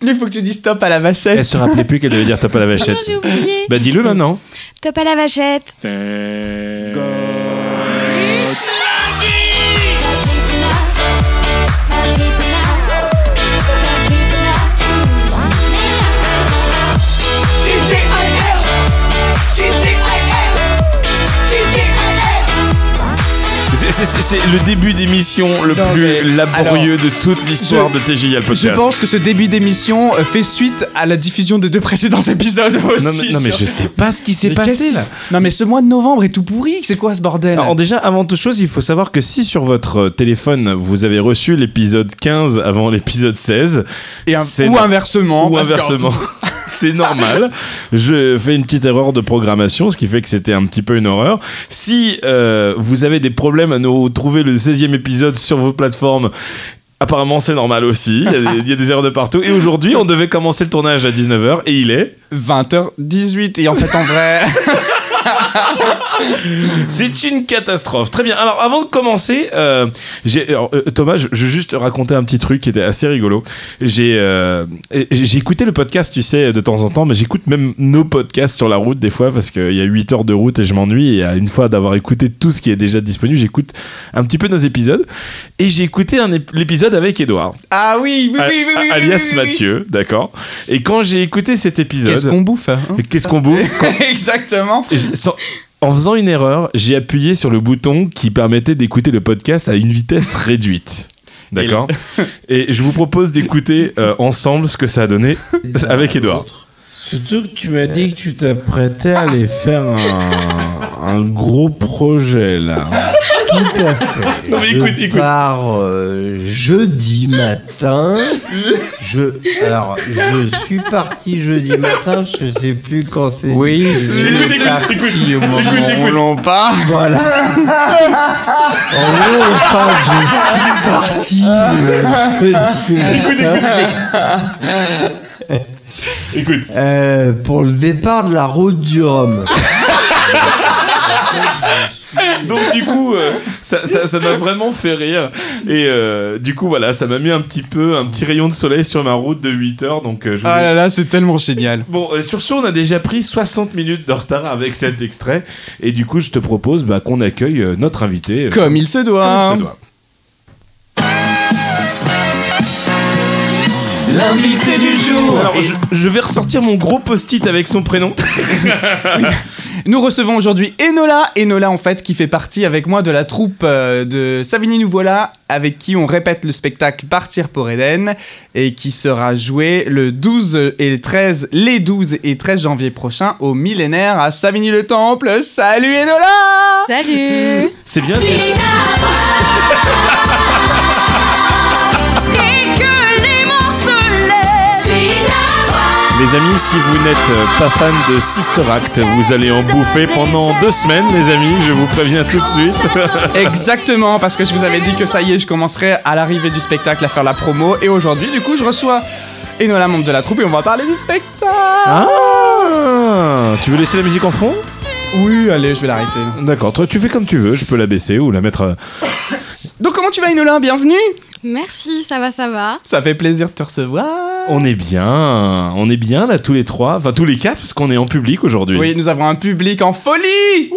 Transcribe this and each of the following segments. Il faut que tu dis stop à la vachette. Elle se rappelait plus qu'elle devait dire top à la Ah Non, vachette. j'ai oublié. Bah dis-le maintenant. Top à la vachette. C'est- c'est- C'est c'est le début d'émission le Non, plus mais- laborieux de toute l'histoire de TGIL Je Podcast. pense que ce début d'émission euh, fait suite à la diffusion des deux précédents épisodes aussi. Non, mais, non, mais sur- je sais pas ce qui s'est Mais passé qu'est-ce là. qui se- Non mais ce mois de novembre est tout pourri, c'est quoi ce bordel Alors déjà, avant toute chose, il faut savoir que si sur votre euh, téléphone vous avez reçu l'épisode 15 avant l'épisode 16, Et un- c'est Ou no- inversement. ou parce que- inversement, c'est normal. Je fais une petite erreur de programmation, ce qui fait que c'était un petit peu une horreur. Si euh, vous avez des problèmes à nous retrouver le 16e épisode sur vos plateformes. Apparemment, c'est normal aussi. Il y, a des, il y a des erreurs de partout. Et aujourd'hui, on devait commencer le tournage à 19h et il est. 20h18 et en fait en vrai C'est une catastrophe. Très bien. Alors, avant de commencer, euh, j'ai- alors, euh, Thomas, je, je veux juste te raconter un petit truc qui était assez rigolo. J'ai euh, et- j'ai écouté le podcast, tu sais, de temps en temps, mais j'écoute même nos podcasts sur la route des fois parce qu'il y a 8 heures de route et je m'ennuie. Et à une fois d'avoir écouté tout ce qui est déjà disponible, j'écoute un petit peu nos épisodes. Et j'ai écouté un ép- l'épisode avec Edouard, ah oui oui oui, a- oui, oui, oui, a- alias oui, oui. Mathieu, d'accord Et quand j'ai écouté cet Qu'est-ce épisode, qu'on bouffe hein qu'est-ce qu'on bouffe Exactement. J'ai- sans- en faisant une erreur, j'ai appuyé sur le bouton qui permettait d'écouter le podcast à une vitesse réduite. D'accord Et je vous propose d'écouter euh, ensemble ce que ça a donné avec Edouard. Surtout que tu m'as dit que tu t'apprêtais à aller faire un, un gros projet là. Tout à fait. Non, mais Je écoute, écoute. pars, euh, jeudi matin. Je alors je suis parti jeudi matin. Je sais plus quand c'est. Oui. Écoute, écoute, écoute. au moment où l'on part. Voilà. En gros, enfin, je suis parti euh, jeudi matin. Écoute. Euh, pour le départ de la route du Rhum. Donc, du coup, euh, ça ça- ça m'a vraiment fait rire. Et euh, du coup, voilà, ça m'a mis un petit peu, un petit rayon de soleil sur ma route de 8 heures. Donc, euh, je Ah voulais- là là, c'est tellement génial. Bon, euh, sur ce, on a déjà pris 60 minutes de retard avec cet extrait. Et du coup, je te propose bah, qu'on accueille euh, notre invité. euh, Comme il se doit. comme il se doit. L'invité du jour. Alors, je, je vais ressortir mon gros post-it avec son prénom. Nous recevons aujourd'hui Enola, Enola en fait qui fait partie avec moi de la troupe euh, de Savigny Nous Voilà, avec qui on répète le spectacle Partir pour Eden et qui sera joué le 12 et le 13, les 12 et 13 janvier prochain au millénaire à Savigny-le-Temple. Salut Enola Salut. C'est bien. c'est- Les amis, si vous n'êtes euh, pas fan de Sister Act, vous allez en bouffer pendant deux semaines, les amis. Je vous préviens tout de suite. Exactement, parce que je vous avais dit que ça y est, je commencerai à l'arrivée du spectacle à faire la promo et aujourd'hui du coup je reçois Enola, membre de la troupe et on va parler du spectacle Ah Tu veux laisser la musique en fond Oui, allez, je vais l'arrêter. D'accord. Toi, tu fais comme tu veux. Je peux la baisser ou la mettre. euh, Donc comment tu vas Enola Bienvenue Merci, ça va, ça va. Ça fait plaisir de te recevoir On est bien. On est bien là tous les trois. Enfin, tous les quatre parce qu'on est en public aujourd'hui. Oui, nous avons un public en folie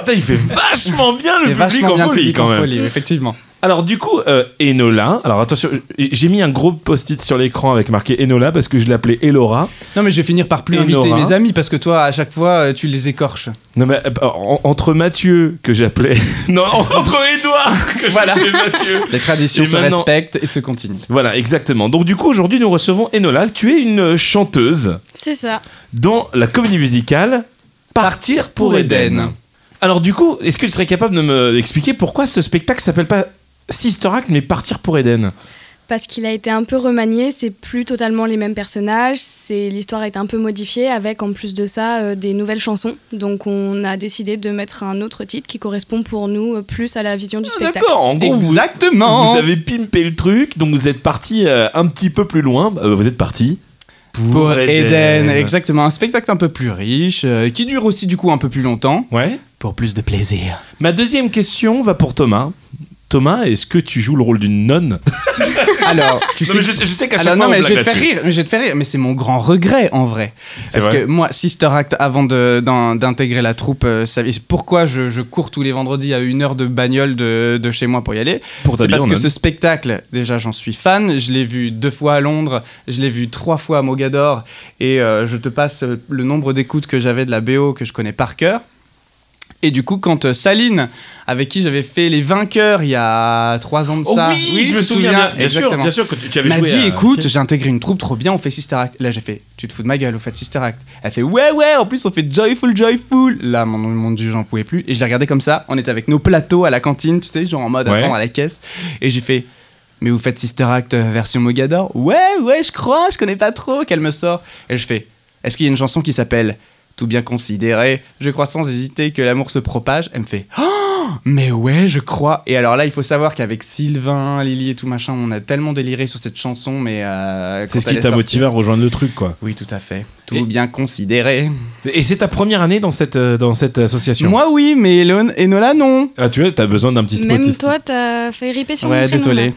Putain, il fait vachement bien le C'est public vachement en bien le folie public quand en même. folie, effectivement. Alors du coup, euh, Enola, alors attention, j'ai mis un gros post-it sur l'écran avec marqué Enola parce que je l'appelais Elora. Non mais je vais finir par plus Et inviter Nora mes amis parce que toi à chaque fois euh, tu les écorches. Non mais euh, en- entre Mathieu que j'appelais... Non, entre Edouard que Voilà. j'appelais Mathieu. Les traditions Et se maintenant- respectent et se continuent. Voilà, exactement. Donc du coup, aujourd'hui, nous recevons Enola. Tu es une euh, chanteuse C'est ça. dans la comédie musicale Partir pour, pour Eden. Eden. Alors du coup, est-ce que tu serais capable de me expliquer pourquoi ce spectacle s'appelle pas Sister Act mais Partir pour Eden Parce qu'il a été un peu remanié, c'est plus totalement les mêmes personnages, c'est l'histoire a été un peu modifiée avec en plus de ça euh, des nouvelles chansons. Donc on a décidé de mettre un autre titre qui correspond pour nous euh, plus à la vision du spectacle. Ah, D'accord, Oh, en gros, vous, Exactement Vous avez pimpé le truc, donc vous êtes parti euh, un petit peu plus loin. Euh, vous êtes parti Pour Eden, exactement. Un spectacle un peu plus riche, euh, qui dure aussi du coup un peu plus longtemps, Ouais. pour plus de plaisir. Ma deuxième question va pour Thomas. Thomas, est-ce que tu joues le rôle d'une nonne Alors, tu Non, sais. mais je, sais- je sais qu'à chaque Alors fois, non, on mais je vais blague te faire là-dessus. rire, mais je vais te faire rire, mais c'est mon grand regret en vrai. C'est Parce vrai que moi, Sister Act, avant de- d'in- d'intégrer la troupe, euh, ça- pourquoi je, je cours tous les vendredis à une heure de bagnole de, de chez moi pour hein. y aller Pour hein. C'est t'habiller parce en que nonne. ce spectacle, déjà j'en suis fan, je l'ai vu deux fois à Londres, je l'ai vu trois fois à Mogador, et euh, je te passe euh, le nombre d'écoutes que j'avais de la BO que je connais par cœur. Et du coup, quand euh, Saline, avec qui j'avais fait les vainqueurs il y a trois ans de Oh ça, oui, je tu me te souviens souviens, bien. Bien sûr, exactement bien sûr que tu, tu avais m'a joué. dit à- écoute j'ai intégré une troupe trop bien on fait Sister Act là j'ai fait tu te fous de ma gueule on fait Sister Act elle fait ouais ouais en plus on fait Joyful Joyful là mon, mon dieu j'en pouvais plus et je l'ai regardé comme ça on était avec nos plateaux à la cantine tu sais genre en mode Ouais. attendre à la caisse et j'ai fait mais vous faites Sister Act euh, version Mogador ouais ouais je crois je connais pas trop qu'elle me sort et je fais est-ce qu'il y a une chanson qui s'appelle tout bien considéré, je crois sans hésiter que l'amour se propage. Elle me fait oh mais ouais, je crois. Et alors là, il faut savoir qu'avec Sylvain, Lily et tout machin, on a tellement déliré sur cette chanson, mais. euh, C'est ce quand qui elle est t'a sortie- motivé à rejoindre le truc, quoi. Oui, tout à fait. Tout Et- bien considéré. Et c'est ta première année dans cette, euh, dans cette association Moi, oui, mais Elon et Nola, non. Ah, tu vois, t'as besoin d'un petit Même spotiste. toi, t'as fait riper sur Ouais, mon prénom, désolé.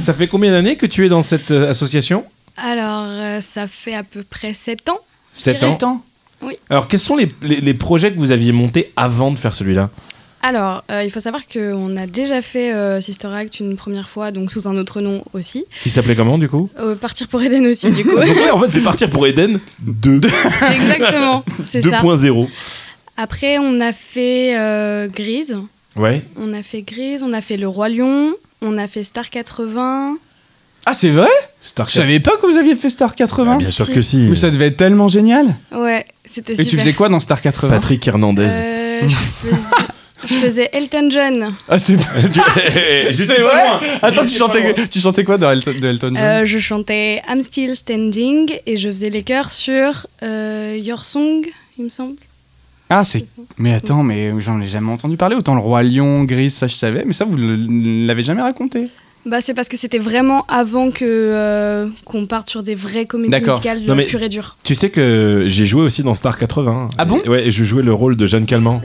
Ça fait combien d'années que tu es dans cette euh, association là. Alors, euh, ça fait à peu près 7 ans. Sept Sept ans. Alors, quels sont les, les- les projets que vous aviez montés avant de faire celui-là Alors, euh, il faut savoir qu'on a déjà fait euh, Sister Act une première fois, donc sous un autre nom aussi. Qui s'appelait comment, du coup Euh, partir pour Eden aussi, du coup. Donc, ouais, En fait, c'est partir pour Eden 2. Exactement, c'est ça. 2.0. Après, on a fait euh, Grise. Ouais. On a fait Grise, on a fait Le Roi Lion, on a fait Star 80. Ah, c'est vrai Star Je savais pas que vous aviez fait Star 80. Ah, bien sûr que si. Mais ça devait être tellement génial. Ouais, c'était Et super. tu faisais quoi dans Star 80 Patrick Hernandez. Euh, je, faisais, je faisais Elton John. Ah, c'est Euh. C'est Attends, tu chantais, tu chantais quoi dans Elton, de Elton John Euh, je chantais I'm Still Standing et je faisais les chœurs sur euh, Your Song, il me semble. Ah, c'est. Mais attends, mais j'en ai jamais entendu parler. Autant le Roi Lion, Gris, ça je savais, mais ça vous le- l'avez jamais raconté. Bah, c'est parce que c'était vraiment avant que euh, qu'on parte sur des vraies comédies D'accord. musicales Non, mais- pures et dures. Tu sais que j'ai joué aussi dans Star 80. Ah bon Et- Ouais, et je jouais le rôle de Jeanne Calment.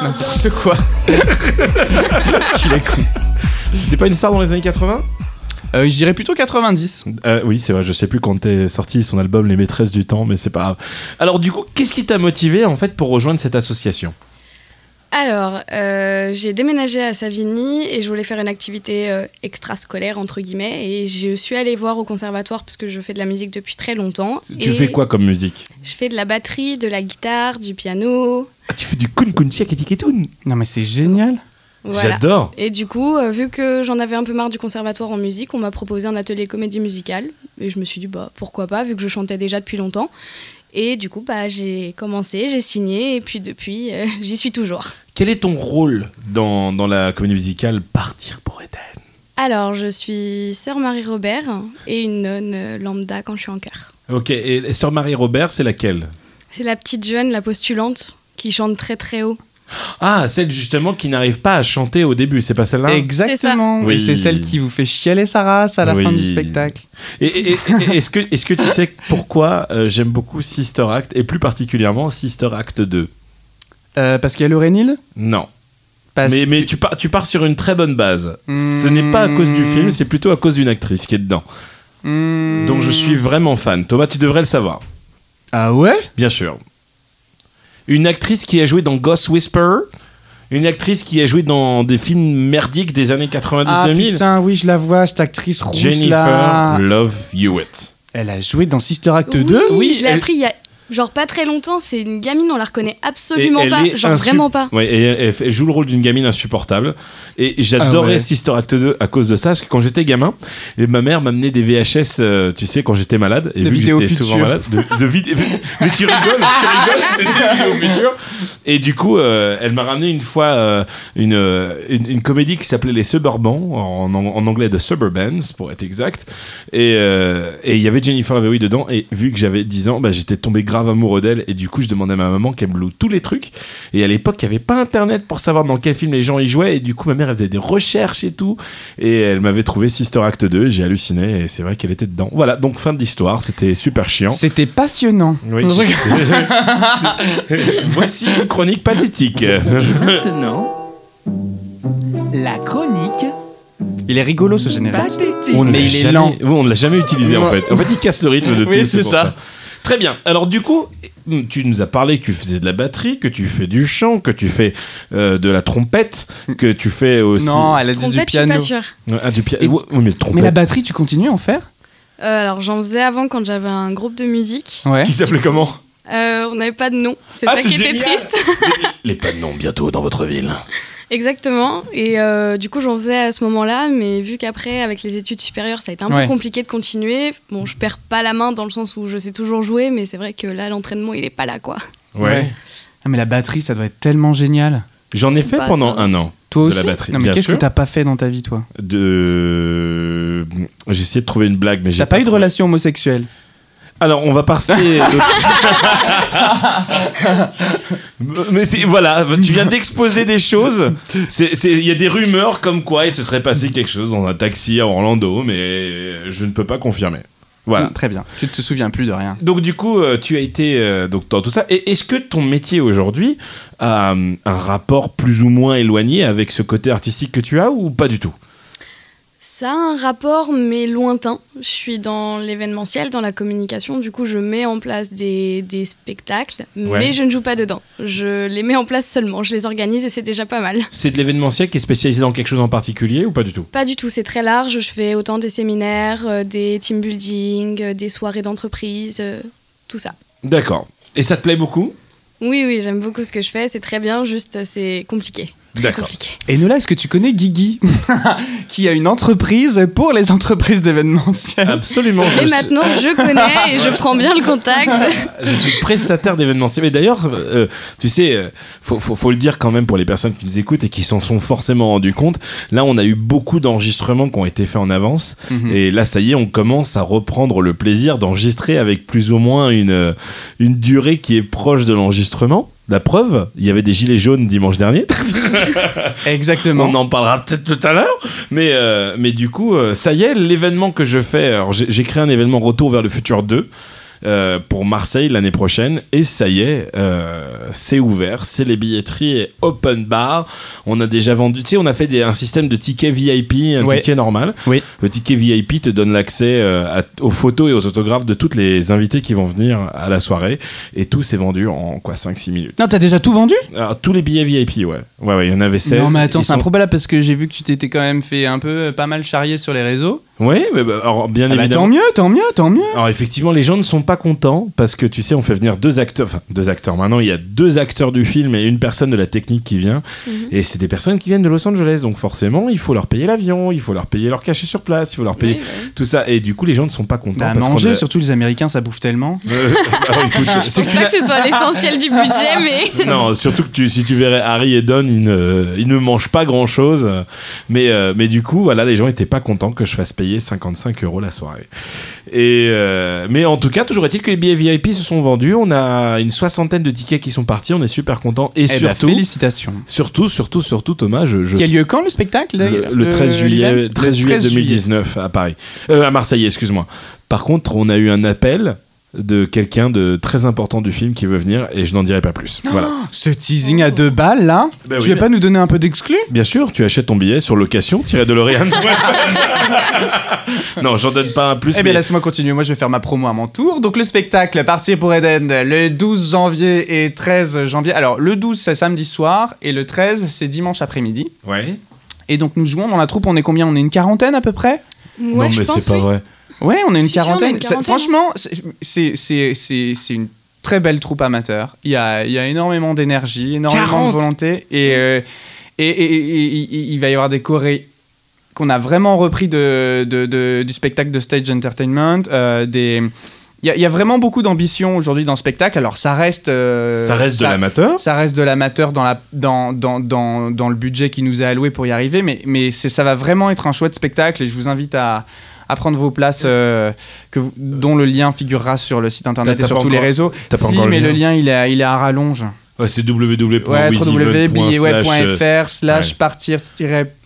N'importe quoi. C'était pas une star dans les années 80 Euh, je dirais plutôt 90. Euh, Oui, c'est vrai, je sais plus quand est sorti son album Les Maîtresses du Temps, mais c'est pas grave. Alors, du coup, qu'est-ce qui t'a motivé en fait pour rejoindre cette association Alors, euh, j'ai déménagé à Savigny et je voulais faire une activité euh, extrascolaire, entre guillemets, et je suis allée voir au conservatoire parce que je fais de la musique depuis très longtemps. Tu Et fais quoi comme musique Je fais de la batterie, de la guitare, du piano. Ah, tu fais du kun kun chiak et tiketoun Non mais c'est génial. Voilà. J'adore Et du coup, euh, vu que j'en avais un peu marre du conservatoire en musique, on m'a proposé un atelier comédie musicale. Et je me suis dit, bah, pourquoi pas, vu que je chantais déjà depuis longtemps. Et du coup, bah, j'ai commencé, j'ai signé, et puis depuis, euh, j'y suis toujours. Quel est ton rôle dans, dans la comédie musicale Partir pour Eden Alors, je suis sœur Marie-Robert et une nonne euh, lambda quand je suis en chœur. Ok, et Sœur Marie-Robert, c'est laquelle C'est la petite jeune, la postulante, qui chante très très haut. Ah, celle justement qui n'arrive pas à chanter au début, c'est pas celle-là Exactement. Oui. Et c'est celle qui vous fait chialer sa race à la Oui. fin du spectacle. Et, et- et- et- est-ce que, est que tu sais pourquoi euh, j'aime beaucoup Sister Act et plus particulièrement Sister Act 2 Euh, parce qu'il y a Lorénil Non. parce mais mais que- tu, pars, tu pars sur une très bonne base. Ce n'est pas à cause du film, c'est plutôt à cause d'une actrice qui est dedans. Hmm. Donc je suis vraiment fan. Thomas, tu devrais le savoir. Ah ouais Bien sûr. Une actrice qui a joué dans Ghost Whisperer. Une actrice qui a joué dans des films merdiques des années 90-2000. Ah putain, oui, je la vois, cette actrice rousse Jennifer là. Love Hewitt. Elle a joué dans Sister Act oui, 2 je l'ai elle- appris il y a genre pas très longtemps. C'est une gamine, on la reconnaît Et absolument elle pas. est Genre insu- vraiment pas. Ouais, et elle, elle- elle joue le rôle d'une gamine insupportable. Et j'adorais Ah ouais. Sister Act 2 à cause de ça, parce que quand j'étais gamin, et ma mère m'amenait des VHS, euh, tu sais, quand j'étais malade. Et De vu que vidéos j'étais souvent futures. malade, de, de vid- Mais tu rigoles, tu rigoles, c'est des vidéos futures. Et du coup, euh, elle m'a ramené une fois euh, une, euh, une, une comédie qui s'appelait Les Suburbans, en, en- en anglais de Suburbans, pour être exact. Et euh, et il y avait Jennifer Love Hewitt dedans. Et vu que j'avais 10 ans, bah, j'étais tombé grave amoureux d'elle. Et du coup, je demandais à ma maman qu'elle me loue tous les trucs. Et à l'époque, il n'y avait pas internet pour savoir dans quel film les gens y jouaient. Et du coup, ma mère, elle faisait des recherches et tout. Et elle m'avait trouvé Sister Act 2. J'ai halluciné. Et c'est vrai qu'elle était dedans. Voilà, donc fin de l'histoire. C'était super chiant. C'était passionnant. Oui. Je- Voici une chronique pathétique. Maintenant. La Il est rigolo ce générique. On ne Mais il l'a est jamais- lent. on ne l'a jamais utilisé en Non. fait. En fait, il casse le rythme de tout. Oui, c'est pour ça. Très bien. Alors du coup, tu nous as parlé que tu faisais de la batterie, que tu fais du chant, que tu fais euh, de la trompette, que tu fais aussi Non, elle a dit du Trompette, je suis piano. pas sûre. Ah, du piano. Et- Oui, mais trompette. Mais la batterie, tu continues à en faire Euh, alors j'en faisais avant quand j'avais un groupe de musique. Ouais. Qui s'appelait comment Euh, on n'avait pas de nom, c'est Ah, ça c'est qui était génial. triste. Les pas de nom bientôt dans votre ville. Exactement. Et euh, du coup j'en faisais à ce moment-là, mais vu qu'après avec les études supérieures ça a été un Ouais. peu compliqué de continuer. Bon, je perds pas la main dans le sens où je sais toujours jouer, mais c'est vrai que là l'entraînement il est pas là quoi. Ah, mais la batterie, ça doit être tellement génial. J'en ai fait Bah, Pas pendant ça. un an Toi De aussi la batterie, Non, mais bien qu'est-ce que sûr. t'as pas fait dans ta vie, toi de. J'ai essayé de trouver une blague, mais j'ai T'as pas eu de trouvé. relation homosexuelle Alors, on va partir. Mais t'es- voilà, tu viens d'exposer des choses. C'est- c'est- Il y a des rumeurs comme quoi il se serait passé quelque chose dans un taxi à Orlando, mais je ne peux pas confirmer. Voilà. Mm, Très bien. Tu te souviens plus de rien. Donc du coup, euh, tu as été euh, donc dans tout ça. Et est-ce que ton métier aujourd'hui a hum, un rapport plus ou moins éloigné avec ce côté artistique que tu as ou pas du tout Ça a un rapport, mais lointain. Je suis dans l'événementiel, dans la communication. Du coup, je mets en place des, des spectacles, Ouais. mais je ne joue pas dedans. Je les mets en place seulement. Je les organise et c'est déjà pas mal. C'est de l'événementiel qui est spécialisé dans quelque chose en particulier ou pas du tout Pas du tout, c'est très large. Je fais autant des séminaires, euh, des team building, euh, des soirées d'entreprise, euh, tout ça. D'accord. Et ça te plaît beaucoup Oui, oui, j'aime beaucoup ce que je fais. C'est très bien, juste euh, c'est compliqué. Très D'accord. compliqué. Et Nola, est-ce que tu connais Guigui Qui a une entreprise pour les entreprises d'événementiel. Absolument. Mais je, maintenant, je connais et je prends bien le contact. je suis prestataire d'événementiel. Mais d'ailleurs, euh, tu sais, euh, faut, faut- faut le dire quand même pour les personnes qui nous écoutent et qui s'en sont forcément rendues compte. Là, on a eu beaucoup d'enregistrements qui ont été faits en avance. Mhm. Et là, ça y est, on commence à reprendre le plaisir d'enregistrer avec plus ou moins une, euh, une durée qui est proche de l'enregistrement. La preuve, il y avait des gilets jaunes dimanche dernier. Exactement. On en parlera peut-être tout à l'heure. Mais, euh, mais du coup, euh, ça y est, l'événement que je fais, alors j'ai j'ai créé un événement Retour vers le futur 2 euh, pour Marseille l'année prochaine. Et ça y est, euh, c'est ouvert, c'est les billetteries et open bar. On a déjà vendu, tu sais, on a fait des- un système de tickets VIP, un Ouais. ticket normal. Oui. Le ticket VIP te donne l'accès euh, à- aux photos et aux autographes de toutes les invités qui vont venir à la soirée. Et tout s'est vendu en quoi 5-6 minutes. Non, t'as déjà tout vendu Alors, tous les billets VIP, ouais. Ouais, ouais, il y en avait 16. Non, mais attends, Ils c'est sont- improbable parce que j'ai vu que tu t'étais quand même fait un peu euh, pas mal charrier sur les réseaux. Oui, mais bah, alors, bien Ah bah, tant évidemment. mieux, tant mieux, tant mieux. alors effectivement, les gens ne sont pas contents parce que tu sais, on fait venir deux acteurs, enfin deux acteurs. Maintenant, il y a deux acteurs du film et une personne de la technique qui vient. Mhm. Et c'est des personnes qui viennent de Los Angeles, donc forcément, il faut leur payer l'avion, il faut leur payer leur cachet sur place, il faut leur payer Oui, oui. tout ça. Et du coup, les gens ne sont pas contents. Bah, parce qu'on manger, a- surtout les Américains, ça bouffe tellement. Euh, bah, écoute, Ah, Je c'est pense que tu pas que ce soit l'essentiel du budget, n'as- mais. non, surtout que tu- si tu verrais Harry et Don, ils ne, ils ne mangent pas grand chose. Mais, euh, mais du coup, voilà, les gens étaient pas contents que je fasse payer 55 euros la soirée. Et, euh, mais en tout cas, toujours est-il que les billets VIP se sont vendus. On a une soixantaine de tickets qui sont partis. On est super contents. Et Eh bah, surtout, félicitations. surtout, surtout, surtout, Thomas, je, je- Qui a lieu quand le spectacle Euh, le, le 13 juillet, 13 juillet 2019 à Paris, Euh, à Marseille, excuse-moi. Par contre, on a eu un appel de quelqu'un de très important du film qui veut venir et je n'en dirai pas plus. Voilà. Oh, Ce teasing à deux balles là, Bah tu oui, veux mais- pas nous donner un peu d'exclu Bien sûr, tu achètes ton billet sur location tiré de l'Orient. non, j'en donne pas un plus. Eh mais- bien, laisse-moi continuer. Moi, je vais faire ma promo à mon tour. Donc, le spectacle Partir pour Eden le 12 janvier et 13 janvier. Alors, le 12, c'est samedi soir et le 13, c'est dimanche après-midi. Ouais. Et donc, nous jouons dans la troupe. On est combien On est une quarantaine à peu près Ouais, non, je mais pense. c'est pas oui. vrai. Ouais, on est une Si, si, on est une quarantaine. C'est- quarantaine. Franchement, c'est- c'est- c'est c'est- c'est une très belle troupe amateur. Il y a, il y a énormément d'énergie, énormément 40. de volonté. Et, euh, et, et- et- et- il- il va y avoir des chorés qu'on a vraiment repris de, de- de- du spectacle de Stage Entertainment. euh, des... il, y a, il y a vraiment beaucoup d'ambition aujourd'hui dans le spectacle. Alors ça reste... euh, ça reste de l'amateur. ça reste de l'amateur dans, la, dans, dans, dans, dans le budget qui nous est alloué pour y arriver, mais, mais c'est- ça va vraiment être un chouette spectacle et je vous invite à, à prendre vos places, euh, que, vous- dont le lien figurera sur le site internet T'as- et t'as sur pas tous les encore- réseaux. t'as pas si, encore le mais lien. le lien, il est à, il est à rallonge. Ouais, c'est Ouais, www.billeweb.fr www.weezyven.fr. slash partir-pour-eden-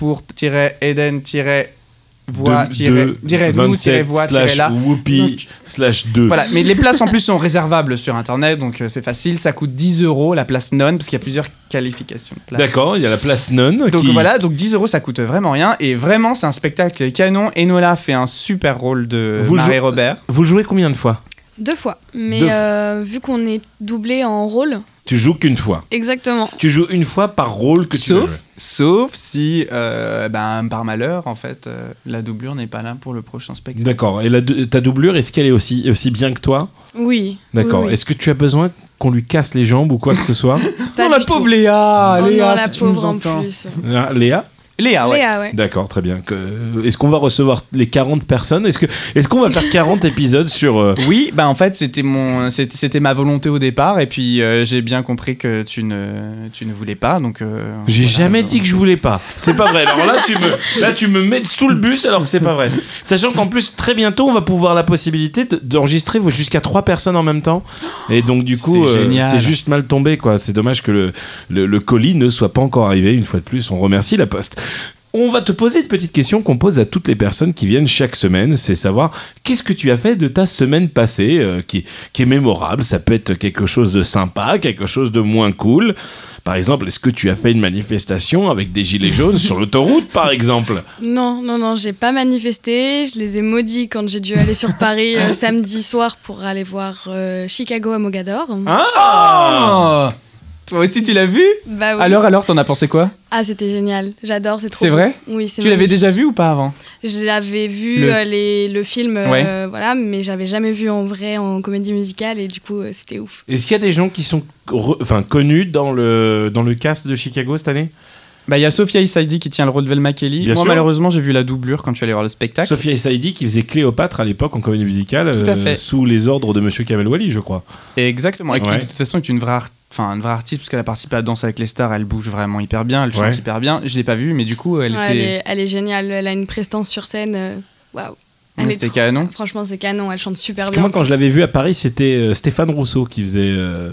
voix tiret- tiret nous, tiret voix, tiret slash là. whoopi slash 2. Voilà, mais les places en plus sont réservables sur internet, donc euh, c'est facile. Ça coûte 10 euros la place non, parce qu'il y a plusieurs qualifications. de places. D'accord, il y a la place non. Donc qui... voilà, donc 10 euros ça coûte vraiment rien. Et vraiment, c'est un spectacle canon. Enola fait un super rôle de Vous le Marie jou- Robert. Vous jouez combien de fois Deux fois. Mais Deux fois. euh, vu qu'on est doublé en rôle, Tu joues qu'une fois. exactement. Tu joues une fois par rôle que tu veux Sauf, jouer. sauf si, euh, ben, par malheur, en fait, euh, la doublure n'est pas là pour le prochain spectacle. D'accord. Et la dou- ta doublure, est-ce qu'elle est aussi, aussi bien que toi Oui. D'accord. Oui, oui. Est-ce que tu as besoin qu'on lui casse les jambes ou quoi que ce soit Pas non, la du pauvre tout. Léa, Oh non, Léa, la ah, si tu nous pauvre en entends. plus. Hein, Léa Léa, ouais. Léa, ouais. D'accord, très bien. Que- euh, Est-ce qu'on va recevoir les 40 personnes Est-ce que est-ce qu'on va faire 40 épisodes sur euh, Oui, bah en fait c'était mon, c'était c'était ma volonté au départ et puis euh, j'ai bien compris que tu ne, tu ne voulais pas donc. euh, J'ai voilà. jamais dit que je voulais pas. C'est pas vrai. Alors là, tu me, là, tu me mets sous le bus alors que c'est pas vrai. Sachant qu'en plus, très bientôt, on va pouvoir la possibilité de- d'enregistrer vos- jusqu'à trois personnes en même temps. Et donc, du coup, euh, C'est génial. c'est juste mal tombé, quoi. C'est dommage que le, le, le colis ne soit pas encore arrivé. Une fois de plus, on remercie la poste. On va te poser une petite question qu'on pose à toutes les personnes qui viennent chaque semaine, c'est savoir qu'est-ce que tu as fait de ta semaine passée euh, qui, qui est mémorable. Ça peut être quelque chose de sympa, quelque chose de moins cool. Par exemple, est-ce que tu as fait une manifestation avec des gilets jaunes sur l'autoroute, par exemple Non, non, non, j'ai pas manifesté. Je les ai maudits quand j'ai dû aller sur Paris euh, samedi soir pour aller voir euh, Chicago à Mogador. Hein Ah Oh Toi aussi tu l'as vu bah oui. Alors alors t'en as pensé quoi Ah, c'était génial. J'adore, c'est trop. C'est beau. vrai Oui, c'est Tu l'avais magnifique. déjà vu ou pas avant Je l'avais vu Le- le, les, le film, euh, Ouais. voilà, mais j'avais jamais vu en vrai en comédie musicale et du coup euh, c'était ouf. Est-ce qu'il y a des gens qui sont re- enfin, connus dans le, dans le cast de Chicago cette année Bah il y a Sophia Issaidi qui tient le rôle de Velmakeli. Bien Moi sûr. malheureusement j'ai vu la doublure quand je suis allé voir le spectacle. Sophia Saidi qui faisait Cléopâtre à l'époque en comédie musicale, euh, Tout à fait. sous les ordres de Monsieur Kamel Wally, je crois. Exactement, et qui Ouais. de toute façon est une vraie, art- enfin, une vraie artiste parce qu'elle a participé à Danse avec les stars, elle bouge vraiment hyper bien, elle chante Ouais. hyper bien. Je l'ai pas vue mais du coup elle Ouais, était, est, elle est géniale, elle a une prestance sur scène. euh, Waouh. Elle est c'était trop- canon. Franchement, c'est canon, elle chante super Parce que bien. moi, quand je l'avais vu à Paris, c'était euh, Stéphane Rousseau qui faisait. euh,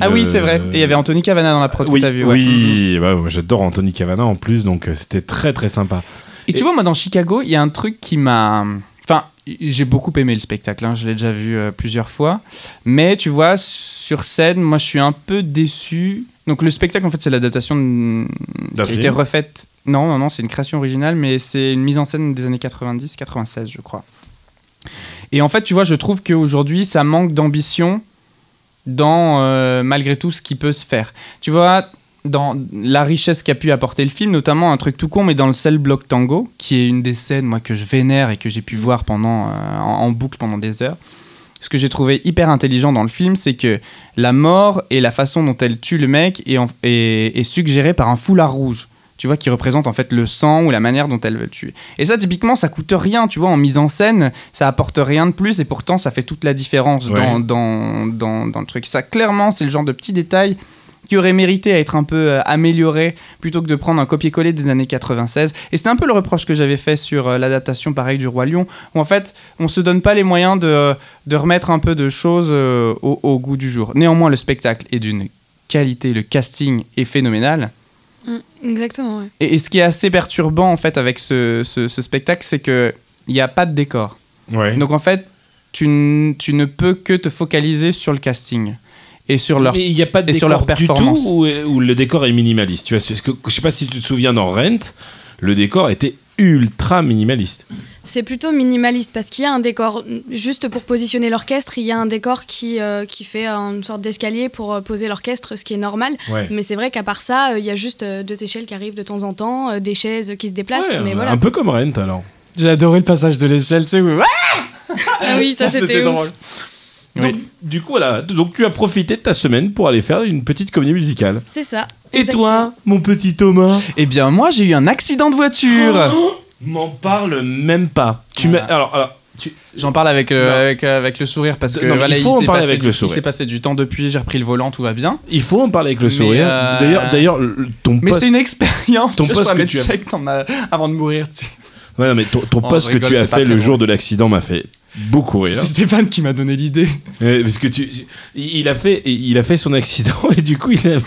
Ah le- oui c'est vrai. Et il y avait Anthony Cavana dans la prod Oui, que t'as vu. ouais. Mm-hmm. oui bah, moi, j'adore Anthony Cavana en plus, donc euh, c'était très très sympa. Et tu Et- vois, moi, dans Chicago, il y a un truc qui m'a. Enfin, j'ai beaucoup aimé le spectacle, hein, je l'ai déjà vu euh, plusieurs fois. Mais tu vois, sur scène, moi, je suis un peu déçu. Donc, le spectacle, en fait, c'est l'adaptation de- qui D'un a film été refaite. Non, non, non, c'est une création originale, mais c'est une mise en scène des années 90, 96, je crois. Et en fait, tu vois, je trouve qu'aujourd'hui, ça manque d'ambition dans, euh, malgré tout, ce qui peut se faire. Tu vois, dans la richesse qu'a pu apporter le film, notamment un truc tout con, mais dans le sel bloc tango, qui est une des scènes moi que je vénère et que j'ai pu voir pendant euh, en, en boucle pendant des heures. Ce que j'ai trouvé hyper intelligent dans le film, c'est que la mort et la façon dont elle tue le mec est, en- est- est suggérée par un foulard rouge. Tu vois, qui représente en fait le sang ou la manière dont elle veut le tuer. Et ça, typiquement, ça coûte rien, tu vois, en mise en scène, ça apporte rien de plus, et pourtant, ça fait toute la différence Ouais. dans, dans, dans, dans le truc. Ça, clairement, c'est le genre de petit détail qui aurait mérité à être un peu euh, amélioré plutôt que de prendre un copier-coller des années 96. Et c'est un peu le reproche que j'avais fait sur euh, l'adaptation pareil du Roi Lion, où en fait on se donne pas les moyens de, euh, de remettre un peu de choses euh, au, au goût du jour. Néanmoins le spectacle est d'une qualité, le casting est phénoménal. Mm, Exactement, ouais. Et, et ce qui est assez perturbant en fait avec ce, ce- ce spectacle, c'est que il n'y a pas de décor. Ouais. Donc en fait tu, n- tu ne peux que te focaliser sur le casting et sur leur... Mais il n'y a pas de et sur décor leur du tout performance. où, où le décor est minimaliste. Tu vois, parce que, je sais pas si tu te souviens dans Rent, le décor était ultra minimaliste. C'est plutôt minimaliste parce qu'il y a un décor, juste pour positionner l'orchestre, il y a un décor qui, euh, qui fait une sorte d'escalier pour euh, poser l'orchestre, ce qui est normal. Ouais. Mais c'est vrai qu'à part ça, euh, il y a juste euh, deux échelles qui arrivent de temps en temps, euh, des chaises qui se déplacent, mais voilà. Un peu comme Rent alors. J'ai adoré le passage de l'échelle, tu sais, où- Ah oui, ça c'était ouf. Donc, Du coup, voilà. Donc, tu as profité de ta semaine pour aller faire une petite comédie musicale. C'est ça. Et exactement. toi, mon petit Thomas Eh bien, moi, j'ai eu un accident de voiture. Oh M'en parle même pas. Tu Voilà. m'as- alors, alors, tu- J'en parle avec le, Non. avec, euh, avec le sourire parce que Non, mais voilà, il faut en s'est parler passé avec du- le Il sourire. s'est passé du temps depuis, j'ai repris le volant, tout va bien. il faut en parler avec le Mais, sourire. euh, D'ailleurs, d'ailleurs, le- ton Mais poste- c'est une expérience. Ton je poste dois que mettre tu as- check dans ma- avant de mourir. tu sais. Ouais, non, mais ton, ton Oh, post je rigole, que tu as c'est pas fait très le drôle. jour de l'accident m'a fait beaucoup rire. C'est Stéphane qui m'a donné l'idée. Euh, parce que tu, il a fait, il a fait son accident et du coup il a mis,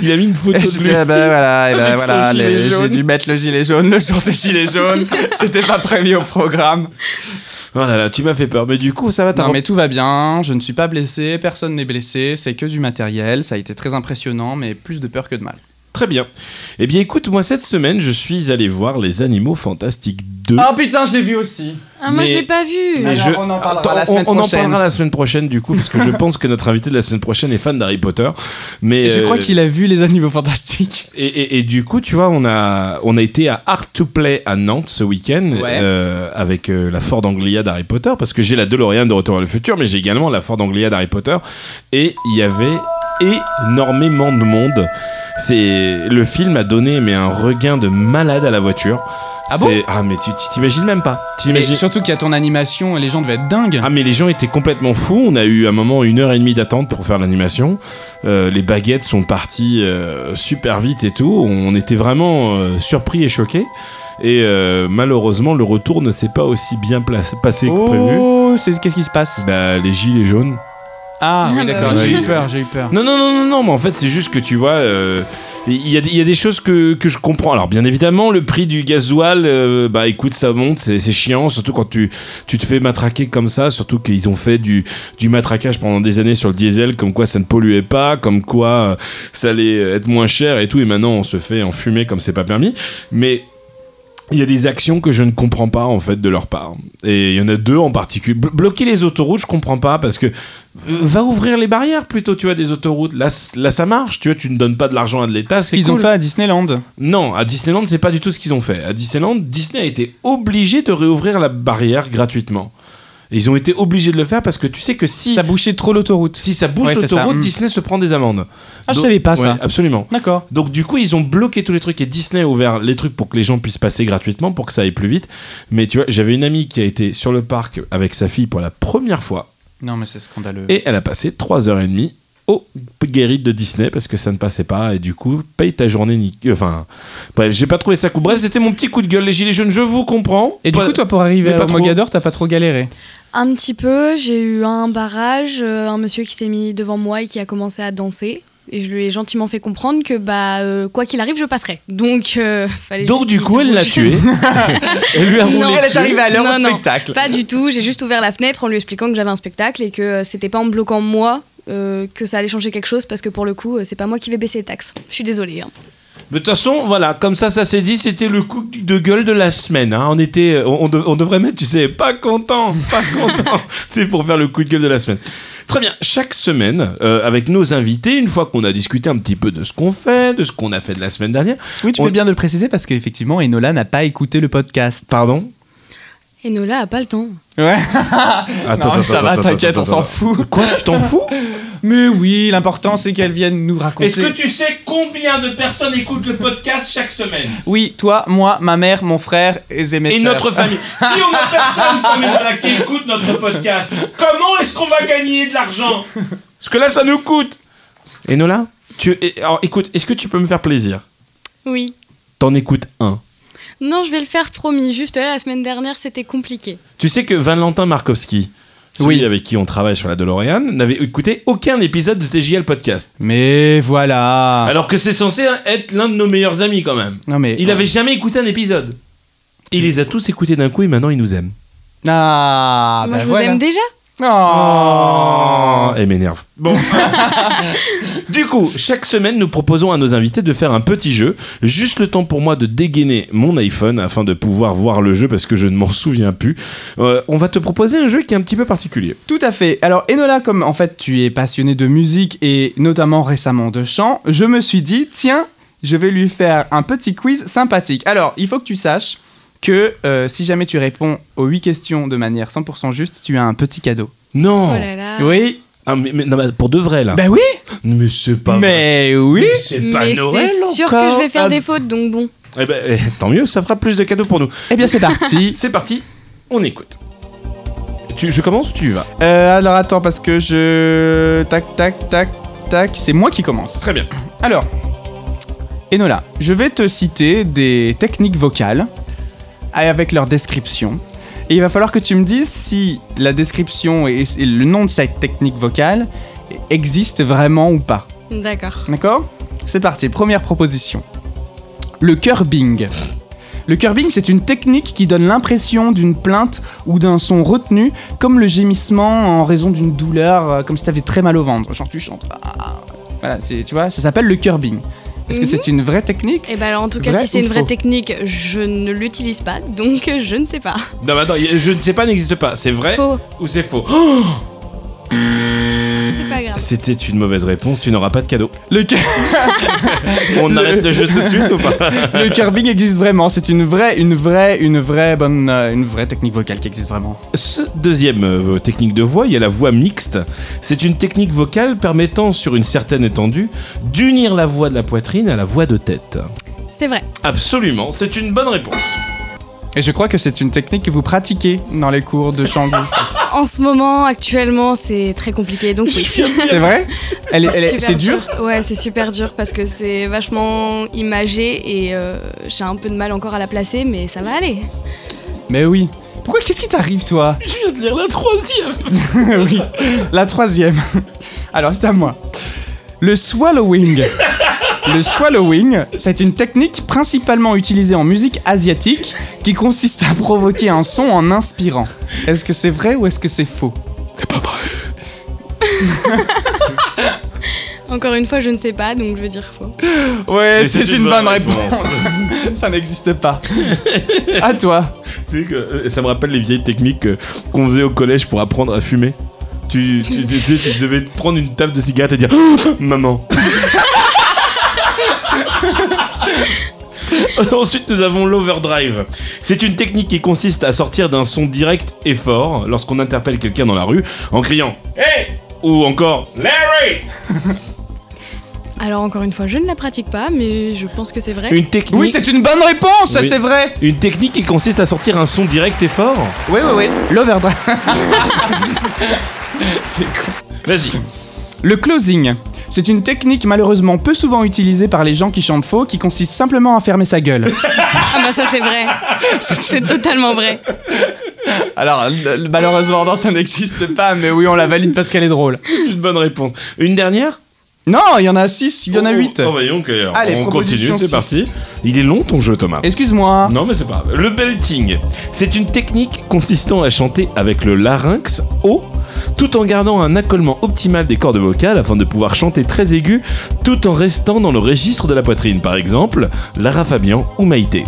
il a mis une photo Et de lui. c'était, bah, voilà, et bah, Avec son voilà, gilet les- jaune. j'ai dû mettre le gilet jaune le jour des gilets jaunes. C'était pas prévu au programme. Oh là là, tu m'as fait peur. Mais du coup, ça va. t'as Non, mais tout va bien. Je ne suis pas blessé. Personne n'est blessé. C'est que du matériel. Ça a été très impressionnant, mais plus de peur que de mal. Très bien. Eh bien, écoute, moi, cette semaine, je suis allé voir Les Animaux Fantastiques 2. Oh putain, je l'ai vu aussi. Ah, moi, je Mais- l'ai pas vu. Mais- Alors, je- on en parlera Attends, la semaine on- on en prochaine. parlera la semaine prochaine, du coup, parce que je pense que notre invité de la semaine prochaine est fan d'Harry Potter. Mais je euh, crois qu'il a vu les animaux fantastiques. Et, et- et du coup, tu vois, on a, on a été à Art to Play à Nantes ce week-end Ouais. euh, avec euh, la Ford Anglia d'Harry Potter, parce que j'ai la DeLorean de Retour à le futur, mais j'ai également la Ford Anglia d'Harry Potter. Et il y avait énormément de monde. C'est le film a donné mais un regain de malade à la voiture. Ah bon C'est- ah mais tu tu t'imagines même pas. Tu Et t'imagines- surtout qu'à ton animation, les gens devaient être dingues. ah mais les gens étaient complètement fous. On a eu à un moment une heure et demie d'attente pour faire l'animation. Euh, les baguettes sont parties euh, super vite et tout. On était vraiment euh, surpris et choqués. Et euh, malheureusement, le retour ne s'est pas aussi bien place- passé que prévu. oh, c'est- qu'est-ce qui se passe Bah, les gilets jaunes. Ah Ah, oui, d'accord. bah J'ai oui. eu peur. J'ai eu peur. Non, non, non, non, non, mais en fait, c'est juste que tu vois, euh, il y, a des- il y a des choses que, que je comprends. Alors, bien évidemment, le prix du gasoil, euh, bah écoute, ça monte, c'est c'est chiant, surtout quand tu, tu te fais matraquer comme ça, surtout qu'ils ont fait du, du matraquage pendant des années sur le diesel, comme quoi ça ne polluait pas, comme quoi euh, ça allait être moins cher et tout, et maintenant on se fait enfumer comme c'est pas permis. Mais. Il y a des actions que je ne comprends pas en fait de leur part. Et il y en a deux en particulier. Blo- bloquer les autoroutes, je comprends pas parce que euh, va ouvrir les barrières plutôt, tu vois, des autoroutes. Là, c- là ça marche, tu vois, tu ne donnes pas de l'argent à de l'État, Ce c'est qu'ils cool. ont fait à Disneyland. Non, à Disneyland, c'est pas du tout ce qu'ils ont fait. À Disneyland, Disney a été obligé de réouvrir la barrière gratuitement. Et ils ont été obligés de le faire parce que tu sais que si Ça bouchait trop l'autoroute. si ça bouge Ouais, c'est ça, l'autoroute, mm. Disney se prend des amendes. Ah, je Donc- savais pas Ouais, ça. absolument. D'accord. Donc du coup, ils ont bloqué tous les trucs et Disney a ouvert les trucs pour que les gens puissent passer gratuitement, pour que ça aille plus vite. Mais tu vois, j'avais une amie qui a été sur le parc avec sa fille pour la première fois Non, mais c'est scandaleux. et elle a passé 3h30 au guérite de Disney parce que ça ne passait pas et du coup paye ta journée ni... enfin bref j'ai pas trouvé ça cool bref c'était mon petit coup de gueule les gilets jaunes je vous comprends Et du Pas- coup, toi, pour arriver mais pas à trop. Mogador, t'as pas trop galéré. Un petit peu, j'ai eu un barrage, euh, un monsieur qui s'est mis devant moi et qui a commencé à danser. Et je lui ai gentiment fait comprendre que bah euh, quoi qu'il arrive, je passerai. Donc, euh, fallait donc juste du qu'il coup se elle l'a bouge. tué elle lui a roulé Non. dessus. Elle est arrivée à l'heure au Non, non. spectacle. Pas du tout, j'ai juste ouvert la fenêtre en lui expliquant que j'avais un spectacle et que euh, c'était pas en bloquant moi euh, que ça allait changer quelque chose parce que pour le coup, euh, c'est pas moi qui vais baisser les taxes. Je suis désolée. hein. Mais de toute façon, voilà, comme ça, ça s'est dit, c'était le coup de gueule de la semaine. hein. On était, on, on de- on devrait mettre, tu sais, pas content, pas content. C'est pour faire le coup de gueule de la semaine. Très bien. Chaque semaine, euh, avec nos invités, une fois qu'on a discuté un petit peu de ce qu'on fait, de ce qu'on a fait de la semaine dernière. Oui, tu On- fais bien de le préciser parce qu'effectivement, Enola n'a pas écouté le podcast. Pardon. Et Nola a pas le temps. Ouais. non, mais ça va, t'inquiète, on s'en fout. Quoi, tu t'en fous Mais oui, l'important c'est qu'elle vienne nous raconter. tu sais combien de personnes écoutent le podcast chaque semaine Oui, toi, moi, ma mère, mon frère et mes Et frères. notre famille. Si on a personne comme Enola qui écoute notre podcast, comment est-ce qu'on va gagner de l'argent Parce que là, ça nous coûte. Enola, tu, eh, alors, écoute, est-ce que tu peux me faire plaisir Oui. T'en écoutes un. Non, je vais le faire, promis. Juste là, la semaine dernière, c'était compliqué. Tu sais que Valentin Markovski, celui Oui. avec qui on travaille sur la DeLorean, n'avait écouté aucun épisode de TJL Podcast. Mais voilà. Alors que c'est censé être l'un de nos meilleurs amis quand même. non mais. Il avait jamais écouté un épisode. Il les a tous écoutés d'un coup et maintenant il nous aime. Ah. moi, bah je vous voilà. aime déjà. Oh. Oh, elle m'énerve. Bon. du coup, chaque semaine, nous proposons à nos invités de faire un petit jeu. Juste le temps pour moi de dégainer mon iPhone afin de pouvoir voir le jeu parce que je ne m'en souviens plus. Euh, on va te proposer un jeu qui est un petit peu particulier. Tout à fait. Alors Enola, comme en fait tu es passionné de musique et notamment récemment de chant, je me suis dit tiens, je vais lui faire un petit quiz sympathique. Alors il faut que tu saches que euh, si jamais tu réponds aux 8 questions de manière 100% juste, tu as un petit cadeau. Non. Oh là là. Oui. Ah, mais, mais- non, mais pour de vrai là. Bah oui. Ben, mais c'est pas. vrai. Mais oui. Mais c'est pas Mais Noël c'est sûr que encore. je vais faire Ah, des fautes, donc bon. eh ben, eh, tant mieux, ça fera plus de cadeaux pour nous. Eh bien c'est parti. C'est parti, on écoute. Tu, je commence ou tu y vas Euh, alors attends parce que je tac tac tac tac c'est moi qui commence. Très bien. Alors Enola, je vais te citer des techniques vocales avec leur description Et il va falloir que tu me dises si la description et, et le nom de cette technique vocale existe vraiment ou pas. D'accord. D'accord C'est parti, première proposition. Le curbing. Le curbing, c'est une technique qui donne l'impression d'une plainte ou d'un son retenu, comme le gémissement en raison d'une douleur, euh, comme si t'avais très mal au ventre. Genre tu chantes. Ah. Voilà, c'est- tu vois, ça s'appelle le curbing. Est-ce que Mhm. c'est une vraie technique Et ben alors, en tout cas, Vrai si c'est ou une vraie faux technique, je ne l'utilise pas, donc je ne sais pas. Non, mais attends, y a- je ne sais pas, n'existe pas. C'est vrai Faux, Hmm. ou c'est faux Oh, c'est pas grave. C'était une mauvaise réponse, tu n'auras pas de cadeau. le, cu- On Le- arrête le jeu tout de suite ou pas le curbing existe vraiment, c'est une vraie, une vraie, une vraie bonne, euh, une vraie technique vocale qui existe vraiment. Ce deuxième euh, technique de voix, il y a la voix mixte. C'est une technique vocale permettant, sur une certaine étendue, d'unir la voix de la poitrine à la voix de tête. C'est vrai. Absolument, c'est une bonne réponse. Et je crois que c'est une technique que vous pratiquez dans les cours de Changu. En ce moment, actuellement, c'est très compliqué, donc oui. c'est vrai Elle est- elle est- super C'est dur Ouais, c'est super dur parce que c'est vachement imagé et euh, j'ai un peu de mal encore à la placer, mais ça va aller. Mais oui. Pourquoi qu'est-ce qui t'arrive toi Je viens de lire la troisième. Oui. La troisième. Alors c'est à moi. Le swallowing. Le swallowing, c'est une technique principalement utilisée en musique asiatique qui consiste à provoquer un son en inspirant. Est-ce que c'est vrai ou est-ce que c'est faux C'est pas vrai. Encore une fois, je ne sais pas, donc je veux dire faux. Ouais, Et c'est une, bonne réponse. Ça n'existe pas. À toi. Tu sais que euh, ça me rappelle les vieilles techniques euh, qu'on faisait au collège pour apprendre à fumer. Tu, tu, tu- tu sais, tu devais te prendre une table de cigarette et dire Maman. Ensuite, nous avons l'overdrive. C'est une technique qui consiste à sortir d'un son direct et fort lorsqu'on interpelle quelqu'un dans la rue en criant Hey ou encore Larry Alors, encore une fois, je ne la pratique pas, mais je pense que c'est vrai. Une technique, Oui, c'est une bonne réponse, ça Oui. c'est vrai. une technique qui consiste à sortir un son direct et fort Oui, oui, oui. L'overdrive. Vas-y. Le closing. C'est une technique malheureusement peu souvent utilisée par les gens qui chantent faux qui consiste simplement à fermer sa gueule. Ah, bah ça, c'est vrai. c'est totalement vrai. Alors, le- le- malheureusement, non, ça n'existe pas, mais oui, on la valide parce qu'elle est drôle. C'est une bonne réponse. Une dernière Non, il y en a 6, il y en a Oh, 8. Oh, voyons que- alors, Allez, on proposition continue, c'est six. parti. Il est long ton jeu, oh. Thomas. Excuse-moi. Non, mais c'est pas grave. Le belting, c'est une technique consistant à chanter avec le larynx haut, tout en gardant un accolement optimal des cordes vocales afin de pouvoir chanter très aigu, tout en restant dans le registre de la poitrine. Par exemple, Lara Fabian ou Maïté.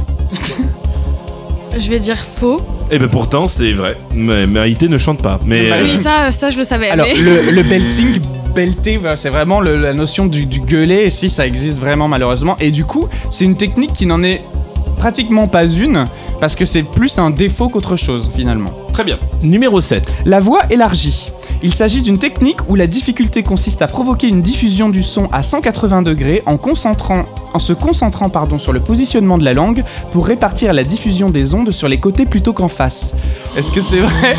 Je vais dire faux. Et ben pourtant, c'est vrai. Mais Maïté ne chante pas. Mais Maïté. Oui, ça, ça je le savais. Euh. Alors, mais- le, le belting, belter, voilà, c'est vraiment le- la notion du, du gueuler, et si ça existe vraiment, malheureusement. Et du coup, c'est une technique qui n'en est pratiquement pas une, parce que c'est plus un défaut qu'autre chose, finalement. euh, très bien. Numéro 7. La voix élargie. Il s'agit d'une technique où la difficulté consiste à provoquer une diffusion du son à 180 degrés en, concentrant, en se concentrant pardon, sur le positionnement de la langue pour répartir la diffusion des ondes sur les côtés plutôt qu'en face. Est-ce que c'est vrai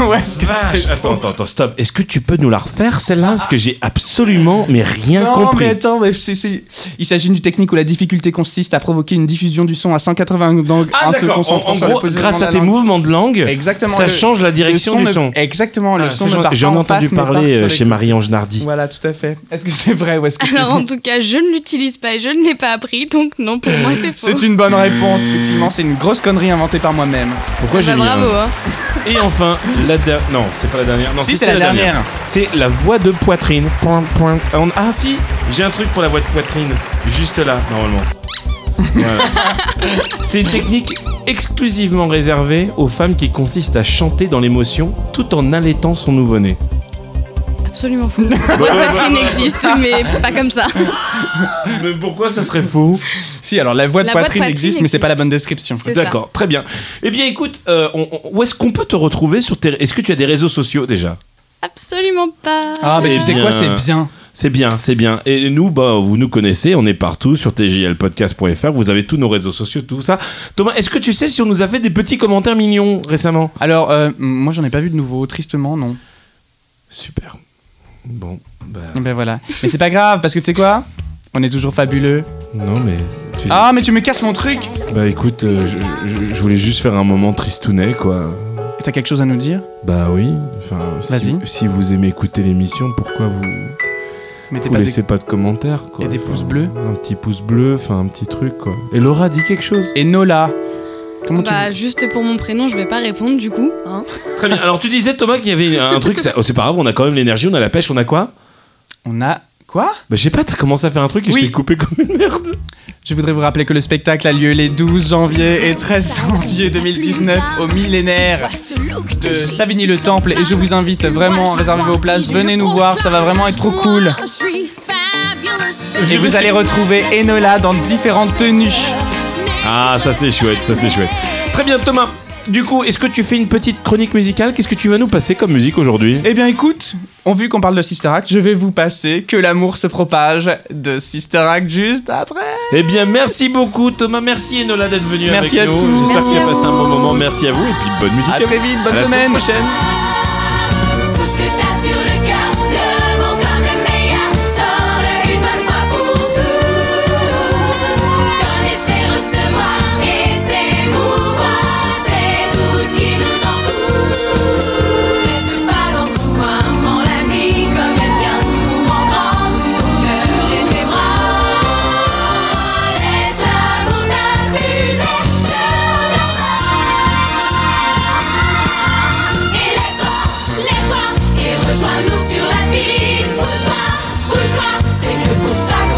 Oh, Ou est-ce que c'est faux Attends, attends, attends, stop. Est-ce que tu peux nous la refaire celle-là Parce que j'ai absolument, mais rien Ah. Non, compris. mais attends, mais c'est- c'est- il s'agit d'une technique où la difficulté consiste à provoquer une diffusion du son à 180 degrés Ah en se d'accord, concentrant en, en sur le gros, positionnement grâce de à la tes langue. mouvements de langue, Exactement, ça le- change la direction le du ne- son. Exactement, le Ah, son ce ne genre- part J'en ai pas en entendu face, mais part parler sur euh, les chez Marie-Ange Nardi. Voilà, tout à fait. Est-ce que c'est vrai ou est-ce que c'est Alors, faux en tout cas, je ne l'utilise pas et je ne l'ai pas appris, donc non, pour moi, c'est faux. C'est une bonne réponse, effectivement, c'est une grosse connerie inventée par moi-même. Pourquoi Ah bah, j'ai mis un- bravo, hein. Et enfin, la dernière. Non, c'est pas la dernière. Non, Si, c'est la dernière. C'est la voix de poitrine. Point, point. Ah, on- Ah si, j'ai un truc pour la voix de poitrine. Juste là, normalement. Ouais. c'est une technique exclusivement réservée aux femmes qui consiste à chanter dans l'émotion tout en allaitant son nouveau-né. Absolument faux. Votre poitrine existe, mais pas comme ça. Mais pourquoi ça serait faux Si, alors la voix de La voix de poitrine poitrine existe, mais c'est pas la existe. bonne description. C'est ça. D'accord, très bien. Eh bien, écoute, euh, on- on- où est-ce qu'on peut te retrouver sur tes... Est-ce que tu as des réseaux sociaux déjà Absolument pas. Ah, mais Eh tu sais quoi, bien. c'est bien. C'est bien, c'est bien. Et nous, bah, vous nous connaissez, on est partout sur tjlpodcast.fr, vous avez tous nos réseaux sociaux, tout ça. Thomas, est-ce que tu sais si on nous a fait des petits commentaires mignons récemment Alors, euh, moi j'en ai pas vu de nouveau, tristement, non. Super. Bon, bah... Eh Ben voilà. Mais c'est pas grave, parce que tu sais quoi On est toujours fabuleux. Non, mais... tu- Ah, mais tu me casses mon truc Bah écoute, euh, je, je- je voulais juste faire un moment tristounet, quoi. T'as quelque chose à nous dire Bah oui. Enfin, si, Vas-y. si vous aimez écouter l'émission, pourquoi vous, Mettez vous pas des- laissez pas de commentaires quoi. Et des Enfin, pouces bleus. Un petit pouce bleu, enfin un petit truc quoi. Et Laura dit quelque chose. Et Nola Comment tu. Bah, juste pour mon prénom, je vais pas répondre du coup. hein. Très bien. Alors tu disais Thomas qu'il y avait un truc. ça- oh, c'est pas grave, on a quand même l'énergie, on a la pêche, on a quoi On a. Quoi Bah je sais pas. T'as commencé à faire un truc et Oui. je t'ai coupé comme une merde. Je voudrais vous rappeler que le spectacle a lieu les 12 janvier et 13 janvier 2019 au millénaire de Savigny-le-Temple et je vous invite vraiment à réserver vos places. Venez nous voir, ça va vraiment être trop cool. Et vous allez retrouver Enola dans différentes tenues. Ah ça c'est chouette, ça c'est chouette. Très bien Thomas. Du coup, est-ce que tu fais une petite chronique musicale Qu'est-ce que tu vas nous passer comme musique aujourd'hui Eh bien écoute, on vu qu'on parle de Sister Act, je vais vous passer que l'amour se propage de Sister Act juste après. Eh bien, merci beaucoup Thomas, merci Enola d'être venu Merci à avec nous. tous. J'espère Merci que tu as à passé un vous. bon moment. Merci à vous et puis bonne musique. À à vous. très vite, bonne À la semaine semaine. prochaine. Tout ce que t'as sur le cœur, le bon comme le meilleur, sors-le une bonne fois pour toutes. Donner, c'est recevoir et s'émouvoir, c'est tout ce qui nous entoure. Pas dans tout un moment la vie comme le tien, ouvrant grand tout ton cœur et tes bras. Laisse l'amour t'infuser, te Élève-toi, lève-toi et rejoins-nous sur la piste. Bouge-toi, bouge-toi, c'est que pour ça qu'on